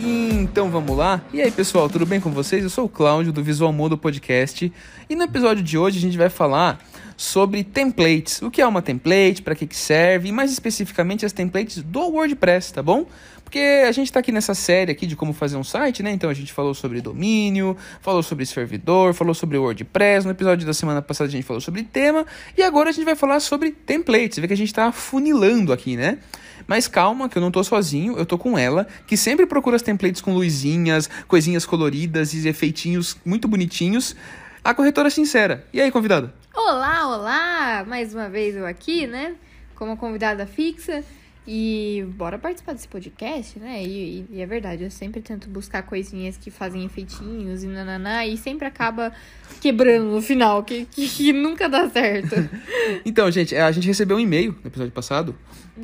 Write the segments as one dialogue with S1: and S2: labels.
S1: Então vamos lá? E aí pessoal, tudo bem com vocês? Eu sou o Cláudio do Visual Modo Podcast e no episódio de hoje a gente vai falar sobre templates. O que é uma template, para que, que serve e mais especificamente as templates do WordPress, tá bom? Porque a gente está aqui nessa série aqui de como fazer um site, né? Então a gente falou sobre domínio, falou sobre servidor, falou sobre WordPress. No episódio da semana passada a gente falou sobre tema e agora a gente vai falar sobre templates. Você vê que a gente está funilando aqui, né? Mas calma, que eu não tô sozinho, eu tô com ela, que sempre procura as templates com luzinhas, coisinhas coloridas e efeitinhos muito bonitinhos. A corretora sincera. E aí, convidada?
S2: Olá, olá! Mais uma vez eu aqui, né? Como convidada fixa. E bora participar desse podcast, né? E, e- e é verdade, eu sempre tento buscar coisinhas que fazem efeitinhos e nananá, e sempre acaba quebrando no final, que, que, que nunca dá certo.
S1: Então, gente, é, a gente recebeu um e-mail no episódio passado.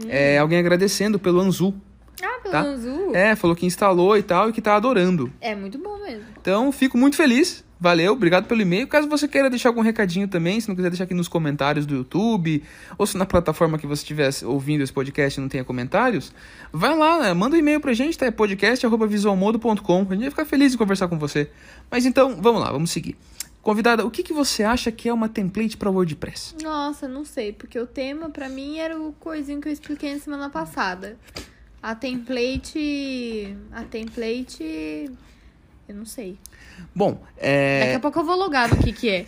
S1: É, alguém agradecendo pelo Anzu.
S2: Ah, pelo
S1: Tá.
S2: azul! É.
S1: É, falou que instalou e tal e que tá adorando.
S2: muito bom mesmo.
S1: Então, fico muito feliz. Valeu, obrigado pelo e-mail. Caso você queira deixar algum recadinho também, se não quiser deixar aqui nos comentários do YouTube, ou se na plataforma que você estiver ouvindo esse podcast e não tenha comentários, vai lá, né? manda um e-mail pra gente, tá? É podcast.visualmodo.com. A gente vai ficar feliz em conversar com você. Mas então, vamos lá, vamos seguir. Convidada, o que, que você acha que é uma template pra WordPress?
S2: Nossa, não sei, porque o tema pra mim era o coisinho que eu expliquei na semana passada. A template. A template. Eu não sei.
S1: Bom, é.
S2: Daqui a pouco eu vou logar do que que é.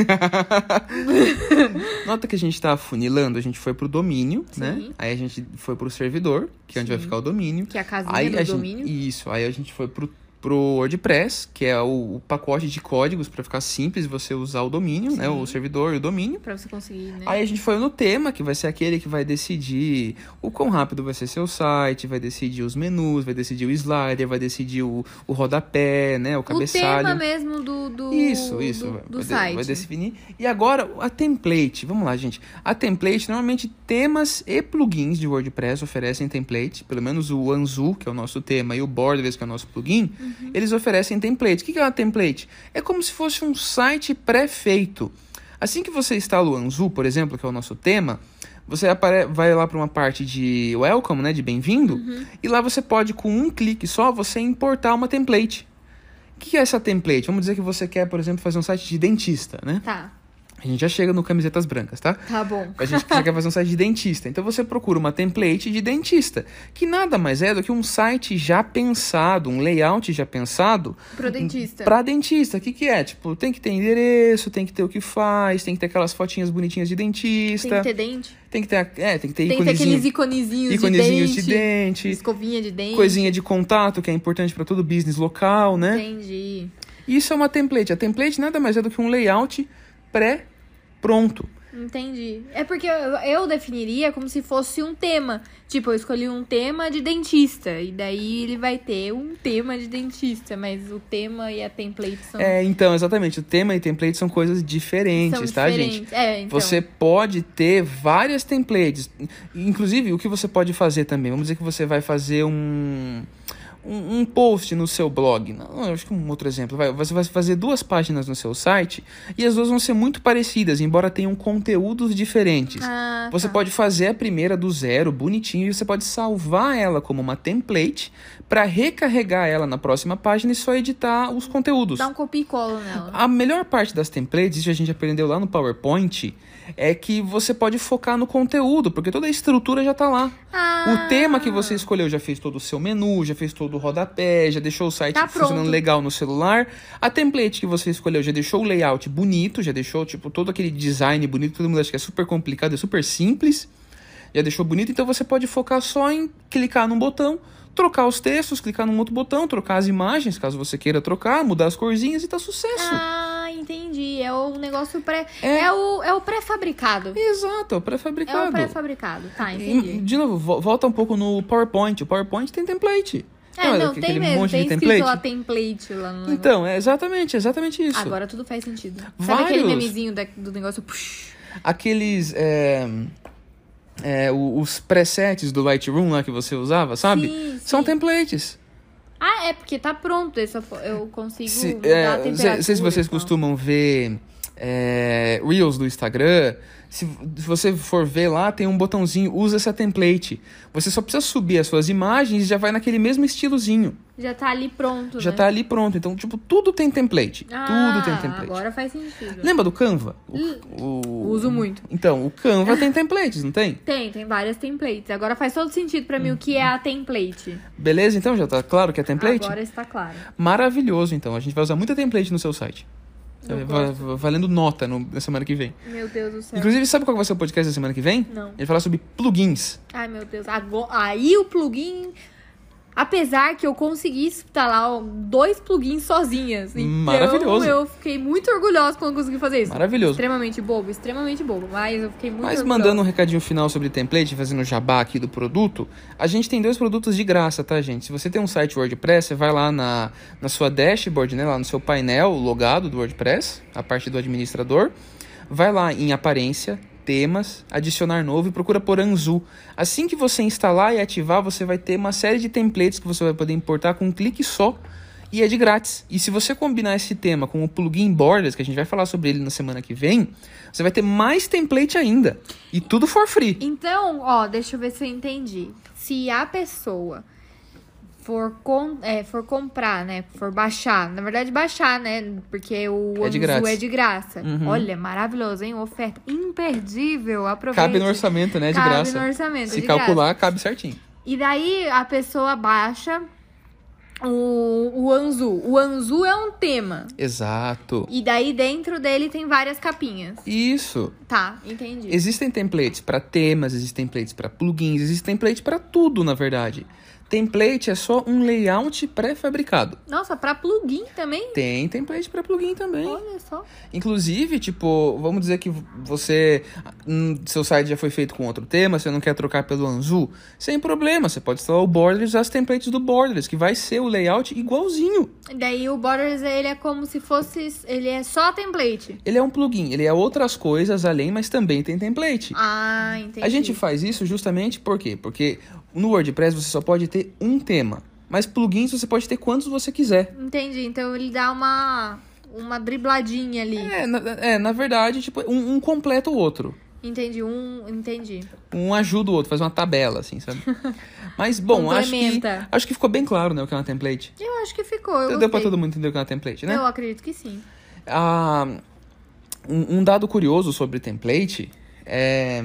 S1: Nota que a gente tá funilando, a gente foi pro domínio, né?
S2: Sim.
S1: Aí a gente foi pro servidor, que é onde vai
S2: Sim.
S1: ficar o domínio.
S2: Que é a casinha
S1: Aí
S2: do
S1: a
S2: domínio.
S1: Gente, isso, aí a gente foi pro, pro WordPress, que é o, o pacote de códigos pra ficar simples você usar o domínio, né?
S2: Sim.
S1: O servidor e o domínio.
S2: Pra você conseguir, né?
S1: Aí a gente foi no tema, que vai ser aquele que vai decidir o quão rápido vai ser seu site, vai decidir os menus, vai decidir o slider, vai decidir o, o rodapé, né? O
S2: o
S1: cabeçalho.
S2: tema mesmo do, do,
S1: Isso, isso.
S2: do,
S1: vai-
S2: do
S1: vai, de-
S2: site.
S1: vai definir. E agora, a template. Vamos lá, gente. A template, normalmente, temas e plugins de WordPress oferecem template. Pelo menos o Anzu, que é o nosso tema, e o Borderless, que é o nosso plugin,
S2: Uhum.
S1: eles oferecem template. O que que é uma template? É como se fosse um site pré-feito. Assim que você instala o Anzu, por exemplo, que é o nosso tema, você apare- vai lá para uma parte de welcome, né, de bem-vindo, e lá você pode, com um clique só, você importar uma template. O que é essa template? Vamos dizer que você quer, por exemplo, fazer um site de dentista, né?
S2: Tá,
S1: A gente já chega no camisetas brancas, tá?
S2: tá bom.
S1: A gente você quer fazer um site de dentista. Então você procura uma template de dentista, que nada mais é do que um site já pensado, um layout já pensado
S2: Pro dentista.
S1: Pra dentista, o que, que é? Tipo, tem que ter endereço, tem que ter o que faz, tem que ter aquelas fotinhas bonitinhas de
S2: Tem
S1: dentista,
S2: que ter dente.
S1: tem que ter, é, tem que ter
S2: Tem que ter aqueles
S1: iconezinho,
S2: iconezinhos,
S1: iconezinhos
S2: de,
S1: de
S2: dente,
S1: dente,
S2: Escovinha de dente.
S1: coisinha de contato que é importante pra todo business local, né?
S2: Entendi.
S1: Isso é uma template. A template nada mais é do que um layout pré-pronto.
S2: Entendi. É porque eu, eu definiria como se fosse um tema. Tipo, eu escolhi um tema de dentista. E daí ele vai ter um tema de dentista. Mas o tema e a template são,
S1: É, então, exatamente. O tema e template são coisas diferentes,
S2: são
S1: tá,
S2: diferentes.
S1: gente?
S2: É, então.
S1: Você pode ter várias templates. Inclusive, o que você pode fazer também? Vamos dizer que você vai fazer um. Um, um post no seu blog, não, eu acho que um outro exemplo, vai, você vai fazer duas páginas no seu site e as duas vão ser muito parecidas, embora tenham conteúdos diferentes.
S2: Ah,
S1: Você
S2: tá.
S1: pode fazer a primeira do zero, bonitinho, e você pode salvar ela como uma template para recarregar ela na próxima página e só editar os conteúdos.
S2: Dá um copia e cola nela.
S1: A melhor parte das templates, isso a gente aprendeu lá no PowerPoint, é que você pode focar no conteúdo, porque toda a estrutura já tá lá.
S2: Ah,
S1: O tema que você escolheu já fez todo o seu menu, já fez todo o rodapé, já deixou o site
S2: Tá
S1: funcionando
S2: pronto.
S1: legal no celular. A template que você escolheu já deixou o layout bonito, já deixou tipo todo aquele design bonito, que todo mundo acha que é super complicado, é super simples. Já deixou bonito, então você pode focar só em clicar num botão, trocar os textos, clicar num outro botão, trocar as imagens, caso você queira trocar, mudar as corzinhas e tá sucesso.
S2: Ah, entendi. É o negócio pré.
S1: É.
S2: É, o, é o pré-fabricado.
S1: Exato, é o
S2: É o
S1: pré-fabricado.
S2: pré-fabricado.
S1: E,
S2: Tá, entendi.
S1: de novo, vo- volta um pouco no PowerPoint. O PowerPoint tem template.
S2: É, não,
S1: aquele
S2: tem mesmo.
S1: monte de
S2: Tem escrito lá template lá no negócio.
S1: Então, é exatamente, exatamente isso.
S2: Agora tudo faz sentido. Sabe
S1: Vários.
S2: aquele memezinho da- do negócio? Push.
S1: Aqueles. é, é, o- os presets do Lightroom lá que você usava, sabe? um
S2: Sim, sim.
S1: São templates.
S2: Ah, é porque tá pronto. Eu, só, eu consigo
S1: Se-
S2: mudar a
S1: é,
S2: temperatura.
S1: cê- não sei se vocês
S2: e tal.
S1: costumam ver é, Reels do Instagram, se, se você for ver lá, tem um botãozinho, usa essa template. Você só precisa subir as suas imagens e já vai naquele mesmo estilozinho.
S2: Já tá ali pronto,
S1: Já
S2: né?
S1: tá ali pronto. Então, tipo, tudo tem template.
S2: Ah,
S1: tudo tem template.
S2: agora faz sentido.
S1: Lembra do Canva? O-
S2: Hum,
S1: o-
S2: Uso muito.
S1: Então, o Canva tem templates, não tem?
S2: Tem, tem várias templates. Agora faz todo sentido pra mim
S1: Hum.
S2: o que é a template.
S1: Beleza, então? Já tá claro que é template?
S2: Agora está claro.
S1: Maravilhoso, então. A gente vai usar muita template no seu site. É,
S2: Eu
S1: Va- va- Valendo nota no- na semana que vem.
S2: Meu Deus do céu.
S1: Inclusive, sabe qual vai ser o podcast da semana que vem?
S2: Não.
S1: Ele vai falar sobre plugins.
S2: Ai, meu Deus. Ago- Aí o plugin. Apesar que eu consegui instalar ó, dois plugins sozinhas. Então,
S1: Maravilhoso.
S2: Eu fiquei muito orgulhosa quando consegui fazer isso.
S1: Maravilhoso.
S2: Extremamente bobo, extremamente bobo. Mas eu fiquei muito
S1: Mas
S2: orgulhosa.
S1: mandando um recadinho final sobre template, fazendo jabá aqui do produto, a gente tem dois produtos de graça, tá, gente? Se você tem um site WordPress, você vai lá na, na sua dashboard, né, lá no seu painel logado do WordPress, a parte do administrador, vai lá em aparência, temas, adicionar novo e procura por Anzu. Assim que você instalar e ativar, você vai ter uma série de templates que você vai poder importar com um clique só. E é de grátis. E se você combinar esse tema com o plugin Borders, que a gente vai falar sobre ele na semana que vem, você vai ter mais template ainda. E tudo for free.
S2: Então, ó, deixa eu ver se eu entendi. Se a pessoa for, com, é, for comprar, né? For baixar, na verdade, baixar, né? Porque o
S1: É de
S2: Anzu
S1: graça.
S2: é de graça.
S1: Uhum.
S2: Olha, maravilhoso, hein? Oferta imperdível. Aproveite.
S1: Cabe no orçamento, né? De
S2: Cabe
S1: graça.
S2: no orçamento,
S1: Se
S2: de
S1: calcular, cabe certinho.
S2: E daí a pessoa baixa o, o Anzu. O Anzu é um tema.
S1: Exato.
S2: E daí dentro dele tem várias capinhas.
S1: Isso.
S2: Tá, entendi.
S1: Existem templates para temas, existem templates para plugins, existem templates para tudo, na verdade. Template é só um layout pré-fabricado.
S2: Nossa, pra plugin também?
S1: Tem template para plugin também.
S2: Olha só.
S1: Inclusive, tipo, vamos dizer que você. hum, Seu site já foi feito com outro tema, você não quer trocar pelo Anzu. Sem problema, você pode instalar o Borders e usar os templates do Borders, que vai ser o layout igualzinho.
S2: Daí o Borders, ele é como se fosse... Ele é só template.
S1: Ele é um plugin, ele é outras coisas além, mas também tem template.
S2: Ah, entendi.
S1: A gente faz isso justamente por quê? Porque no WordPress você só pode ter um tema, mas plugins você pode ter quantos você quiser.
S2: Entendi. Então ele dá uma... Uma dribladinha ali.
S1: É, na, é, na verdade, tipo, um, um completa o outro.
S2: Entendi. Um... Entendi.
S1: Um ajuda o outro, faz uma tabela, assim, sabe? Mas, bom, acho que,
S2: Complementa.
S1: acho que ficou bem claro, né, o que é uma template.
S2: Eu acho que ficou. Eu
S1: Deu pra
S2: gostei.
S1: todo mundo entender o que é uma template, né?
S2: Eu acredito que sim.
S1: Ah, um, um dado curioso sobre template é,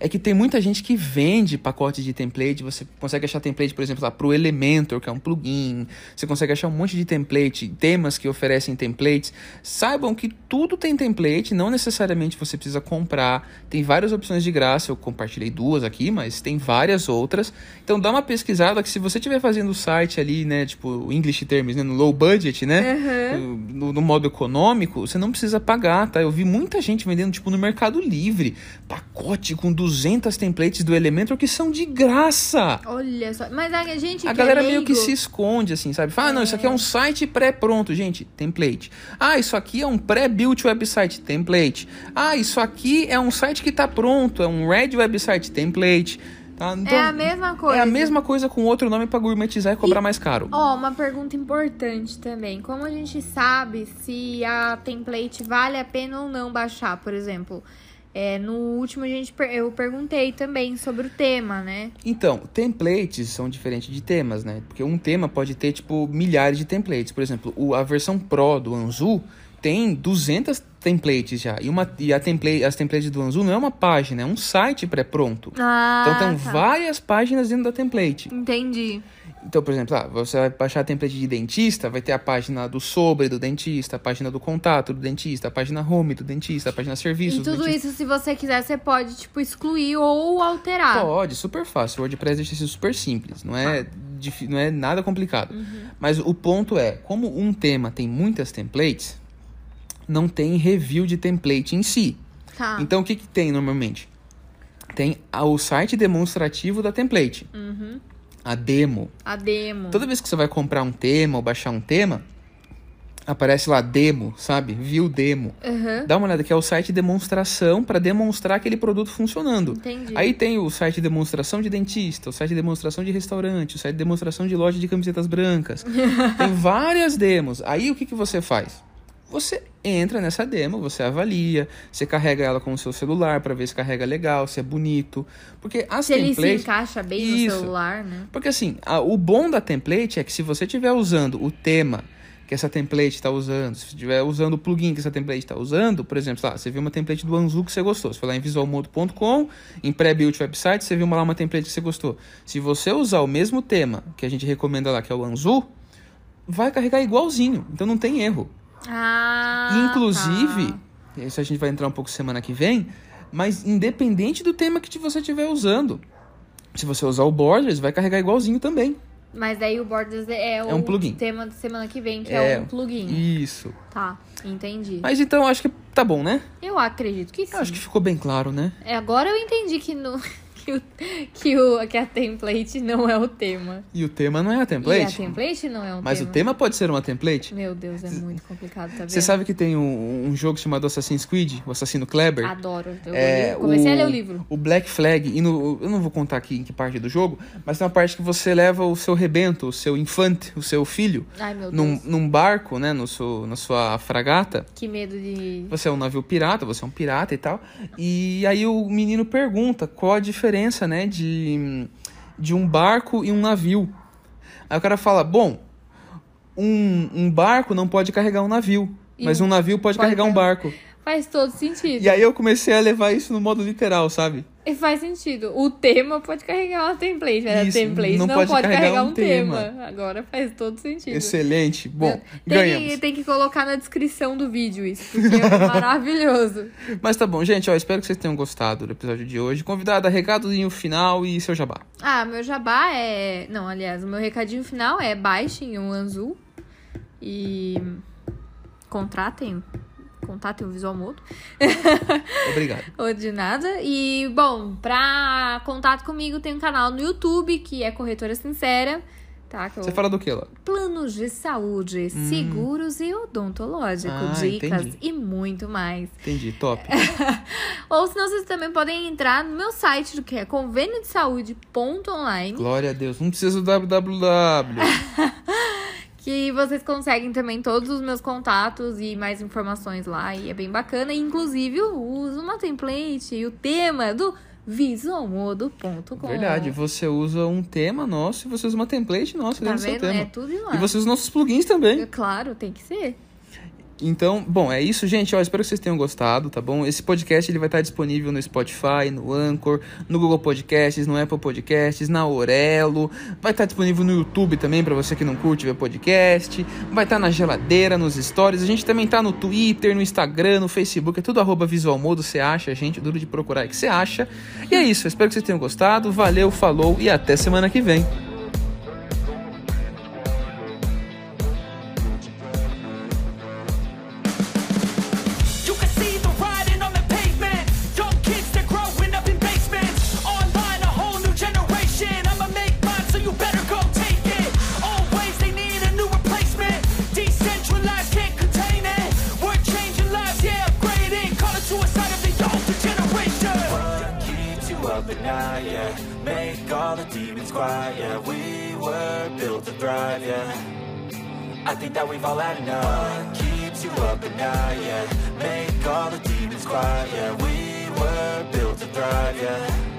S1: é que tem muita gente que vende pacotes de template. Você consegue achar template, por exemplo, lá pro Elementor, que é um plugin. Você consegue achar um monte de template, temas que oferecem templates. Saibam que tudo tem template, não necessariamente você precisa comprar. Tem várias opções de graça, eu compartilhei duas aqui, mas tem várias outras. Então dá uma pesquisada que se você estiver fazendo o site ali, né, tipo English Terms, né, no low budget, né?
S2: Aham.
S1: no, no modo econômico, você não precisa pagar, tá? Eu vi muita gente vendendo, tipo, no Mercado Livre, pacote com 200 templates do Elementor que são de graça.
S2: Olha só. Mas a gente
S1: A
S2: que
S1: galera
S2: é
S1: meio que
S2: leigo-
S1: se esconde, assim, sabe? Fala, ah, não, isso aqui é um site pré-pronto, gente, template. Ah, isso aqui é um pré-built website, template. Ah, isso aqui é um site que tá pronto, é um red website, template. Tá? Então,
S2: é a mesma coisa.
S1: é a mesma coisa com outro nome pra gourmetizar e cobrar mais caro.
S2: Ó, uma pergunta importante também. Como a gente sabe se a template vale a pena ou não baixar, por exemplo? É, no último a gente per- eu perguntei também sobre o tema, né?
S1: Então, templates são diferentes de temas, né? Porque um tema pode ter, tipo, milhares de templates. Por exemplo, o- a versão Pro do Anzu tem 200 templates já. E, uma, e a template, as templates do Anzu não é uma página, é um site pré-pronto.
S2: Ah,
S1: Então, tem várias páginas dentro da template.
S2: Entendi.
S1: Então, por exemplo, ah, você vai baixar a template de dentista, vai ter a página do sobre do dentista, a página do contato do dentista, a página home do dentista, a página serviços
S2: e
S1: do
S2: tudo
S1: dentista.
S2: isso, se você quiser, você pode, tipo, excluir ou alterar.
S1: Pode, super fácil. O WordPress deixa isso super simples. Não é, difí- não é nada complicado. Mas o ponto é, como um tema tem muitas templates, não tem review de template em si.
S2: Tá.
S1: Então, o que, que tem normalmente? Tem a- o site demonstrativo da template,
S2: Uhum. Tá.
S1: a demo.
S2: A demo.
S1: Toda vez que você vai comprar um tema ou baixar um tema, aparece lá demo, sabe? View demo.
S2: Aham.
S1: Dá uma olhada que é o site de demonstração para demonstrar aquele produto funcionando.
S2: Entendi.
S1: Aí tem o site de demonstração de dentista, o site de demonstração de restaurante, o site de demonstração de loja de camisetas brancas. tem várias demos. Aí o que, que você faz? Você entra nessa demo, você avalia, você carrega ela com o seu celular para ver se carrega legal, se é bonito. Porque as
S2: Se ele se
S1: templates.
S2: encaixa bem
S1: Isso.
S2: no celular, né?
S1: Porque assim, a- o bom da template é que se você estiver usando o tema que essa template está usando, se estiver usando o plugin que essa template está usando, por exemplo, sei lá, você viu uma template do Anzu que você gostou, você foi lá em visualmodo.com, em pré-built website, você viu uma, lá uma template que você gostou. Se você usar o mesmo tema que a gente recomenda lá, que é o Anzu, vai carregar igualzinho, então não tem erro.
S2: Ah.
S1: Inclusive,
S2: tá.
S1: isso a gente vai entrar um pouco semana que vem, mas independente do tema que você estiver usando, se você usar o Borders, vai carregar igualzinho também.
S2: Mas daí o Borders é, o
S1: um plugin.
S2: tema da semana que vem, que é,
S1: É.
S2: um plugin.
S1: Isso.
S2: Tá, entendi.
S1: Mas então acho que tá bom, né?
S2: Eu acredito que sim.
S1: Acho que ficou bem claro, né?
S2: É, agora eu entendi que, no, que, o, que, o, que a template não é o tema.
S1: E o tema não é a template.
S2: E a template não é um
S1: Mas
S2: tema.
S1: o tema pode ser uma template.
S2: Meu Deus, é muito complicado, tá vendo?
S1: Você sabe que tem um, um jogo chamado Assassin's Creed, o Assassino Kleber?
S2: Adoro. Eu
S1: É,
S2: comecei
S1: o-
S2: a ler o livro.
S1: O Black Flag, e no- eu não vou contar aqui em que parte do jogo, mas tem uma parte que você leva o seu rebento, o seu infante, o seu filho,
S2: Ai, meu
S1: num,
S2: Deus.
S1: num barco, né, no seu, na sua fragata,
S2: Que medo de...
S1: Você é um navio pirata, você é um pirata e tal. E aí o menino pergunta qual a diferença, né, de, de um barco e um navio. Aí o cara fala, bom, um, um barco não pode carregar um navio,
S2: E
S1: mas
S2: um-
S1: um navio pode,
S2: pode
S1: carregar um barco.
S2: Faz todo sentido.
S1: E aí eu comecei a levar isso no modo literal, sabe?
S2: E faz sentido. O tema pode carregar uma template, mas
S1: Isso,
S2: a template
S1: não
S2: não,
S1: pode
S2: pode,
S1: carregar
S2: carregar,
S1: um
S2: um tema. Agora faz todo sentido.
S1: Excelente. Bom, ganhamos.
S2: tem, tem que colocar na descrição do vídeo isso, porque é maravilhoso.
S1: Mas tá bom, gente, ó, espero que vocês tenham gostado do episódio de hoje. Convidada, recadinho final e seu jabá.
S2: Ah, meu jabá é. Não, aliás, o meu recadinho final é baixem o Anzu e contratem. Contatem o Visual Modo.
S1: Obrigado.
S2: Ou de nada. E, bom, pra contato comigo tem um canal no YouTube que é Corretora Sincera. Tá, que eu
S1: Você fala do que lá?
S2: planos de saúde, seguros e odontológico,
S1: Ah,
S2: dicas
S1: entendi.
S2: e muito mais.
S1: Entendi, top.
S2: Ou senão vocês também podem entrar no meu site, do que é convênio de saúde.online,
S1: Glória a Deus. Não precisa do www.
S2: que vocês conseguem também todos os meus contatos e mais informações lá, e é bem bacana. E, inclusive, eu uso uma template e o tema do visualmodo.com.
S1: Verdade, você usa um tema nosso e você usa uma template nossa
S2: Tá
S1: dentro do seu
S2: vendo?
S1: tema.
S2: É tudo lá. É
S1: E você usa os nossos plugins também.
S2: Claro, tem que ser.
S1: Então, bom, é isso, gente. Ó, espero que vocês tenham gostado, tá bom? Esse podcast ele vai estar disponível no Spotify, no Anchor, no Google Podcasts, no Apple Podcasts, na Orelo. Vai estar disponível no YouTube também pra você que não curte ver podcast. Vai estar na geladeira, nos stories. A gente também tá no Twitter, no Instagram, no Facebook. É tudo arroba visualmodo. Você acha, gente? Duro de procurar é que você acha. E é isso. Espero que vocês tenham gostado. Valeu, falou e até semana que vem.
S3: You can see them riding on the pavement. Young kids, they're growing up in basements. Online, a whole new generation. I'ma make mine, so you better go take it. Always, they need a new replacement. Decentralized, can't contain it. We're changing lives, yeah, upgrading. Call it suicide of the older generation.
S4: What keeps you up at night, yeah? Make all the demons quiet, yeah. We were built to thrive, yeah. I think that we've all had enough. What keeps you up at night, yeah? Make all the demons quiet, yeah. We were built to thrive, yeah.